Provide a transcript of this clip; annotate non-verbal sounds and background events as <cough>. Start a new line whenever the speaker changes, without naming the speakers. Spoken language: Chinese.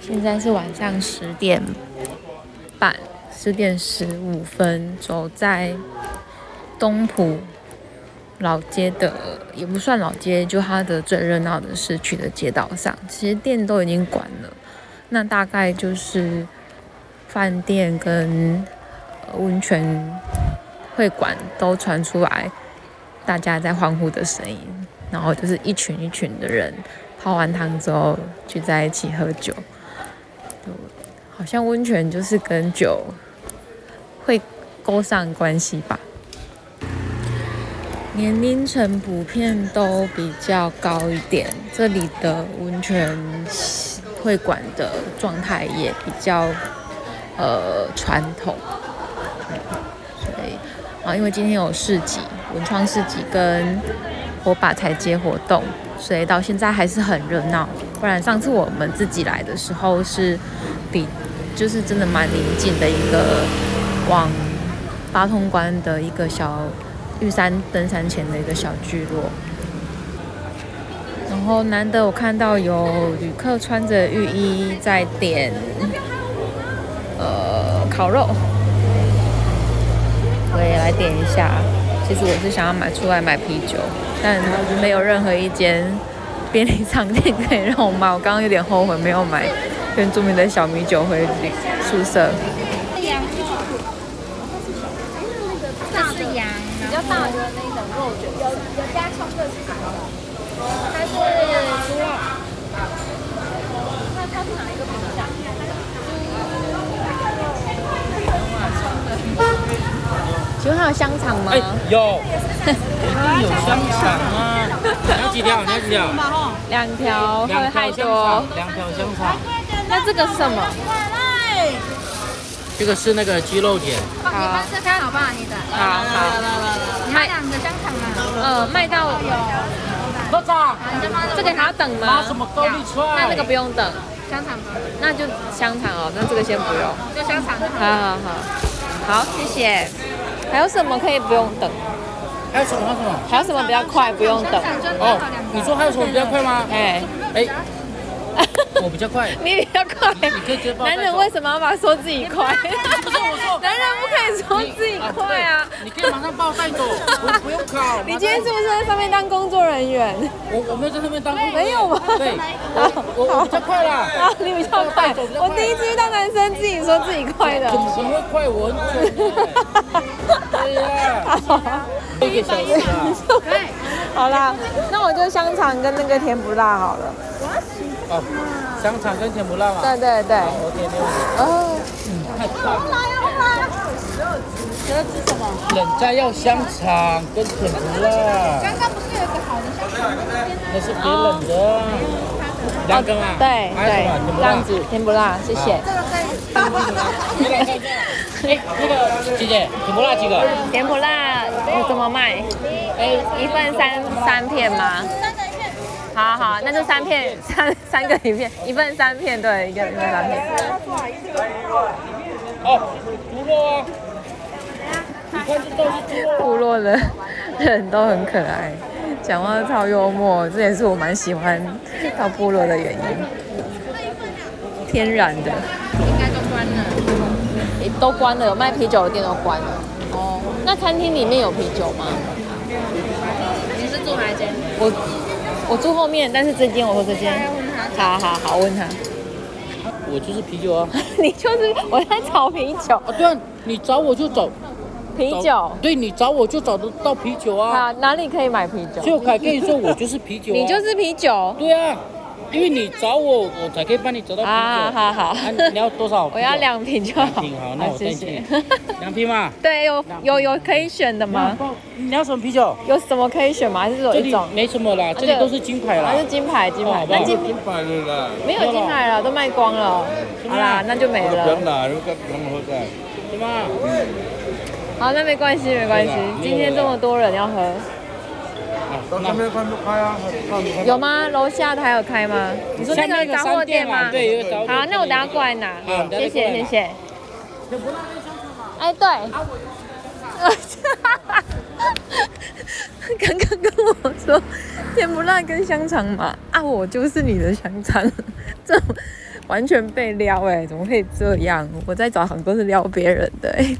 现在是晚上十点半，十点十五分，走在东浦老街的，也不算老街，就它的最热闹的市区的街道上，其实店都已经关了，那大概就是饭店跟呃温泉会馆都传出来大家在欢呼的声音，然后就是一群一群的人泡完汤之后聚在一起喝酒，就好像温泉就是跟酒会勾上关系吧。年龄层普遍都比较高一点，这里的温泉会馆的状态也比较呃传统，所以啊，因为今天有市集、文创市集跟火把台街活动，所以到现在还是很热闹。不然上次我们自己来的时候是比就是真的蛮临近的一个往八通关的一个小玉山登山前的一个小聚落。然后难得我看到有旅客穿着浴衣在点，呃，烤肉，我也来点一下。其实我是想要买出来买啤酒，但没有任何一间便利商店可以让我买。我刚刚有点后悔没有买原住民的小米酒回宿舍。
羊，这是羊，比较大的那种肉卷，有有加葱的是哪个？它是猪肉。那它是哪一个品种？
请问还有香肠吗？
哎，有，一定有香肠啊！你要几条？你要几条？
两条会
两
太
条香
多。
肠，两条香肠。
那这个是什么？
这个是那个鸡肉卷，
放你放这看好不好？你的，
好好，
你要两个香肠啊。
呃，卖到
科长，
这个还要等
拿
吗？
什么高丽菜？
那那个不用等，
香肠吗？
那就香肠哦，那这个先不用。
就香肠就好。
好好好，好，谢谢。还有什么可以不用等？
还有什么？还有什么？
还有什么比较快不用等
香？肠就刚好两
哦，
个。
你说还有什么比较快吗？
哎，
哎，我比较快。
你比较快
可以直接。帮我带
男
走
人为什么要把说自己快？
不是我说，
男人不可以说自己快啊！
哎你可以马上帮我带走，我不用烤。
<laughs> 你今天是不是在上面当工作人员？
我我没有在那边当工作人
没
员
有吗？啊
对，
好
我我比较快啦。
啊，你比较快。我第一次遇到男生自己说自己快的
怎。么会快？我很准。
<laughs>
对呀，
好
一个小时啊。
好啦，那我就香肠跟那个甜不辣好了。
哦，香肠跟甜不辣嘛。
对对对，
我点点
哦，
人家要香肠跟甜不辣，
刚刚不是有一个好的香肠吗？
那是别人的。两根啊？
对
还有什么
对，这样。子甜不辣，谢谢。
这个可
甜不辣
以。
哎，那个姐姐，甜不辣几个？
甜不辣你怎么卖？
哎，
一份三三片吗？好好，那就三片，三三个一片，一份三片，对，一个一份三片。
哦，猪肉啊。你看这都是猪肉。
部落的人都很可爱，讲话超幽默，这也是我蛮喜欢到部落的原因。天然的，
应该都关了。
诶都关了，有卖啤酒的店都关了。哦，那餐厅里面有啤酒吗？
你是住哪一间？
我我住后面，但是这间我说这间，好好好，我问他，
我就是啤酒啊。
<laughs> 你就是我在找啤酒，
啊，对啊，你找我就找
啤
找
酒。
对你找我就找得到啤酒啊。
啊，哪里可以买啤酒？
就凯跟你说，我就是啤酒、啊。
你就是啤酒
对啊，因为你找我，我才可以帮你找到啤酒。
啊，好好
啊，你要多少啤酒？
<laughs> 我要两瓶就好。
两瓶好那我
谢
带
谢。
去。
<laughs>
两瓶嘛。
对，有有有可以选的吗？
你要什么啤酒？
有什么可以选吗？还是有
这
一
里
种？啊
没什么啦，这
对
里都是金牌啦
还。是金牌？金牌
哦？
那金
金牌了啦，
没有金牌了，都卖光了。好啦，那就没
我不用
了。
啦，如果不用喝的，
什么？
好，那没关系，没关系
对啦。
今天这么多人要喝，
啊
到上面看不开啊，看不开。
有吗？楼下的还有开吗？你说那
下面
个
有
杂货
商
店
嘛
吗？
对，有个杂货店
好，那我等下过来拿
好。
谢谢，谢。谢。
你不让
哎，对。 <laughs> 刚刚跟我 <laughs> 说甜不辣跟香肠嘛，啊，我就是你的香肠，这欸完全被撩哎、怎么可以这样？我在找航哥是撩别人的哎、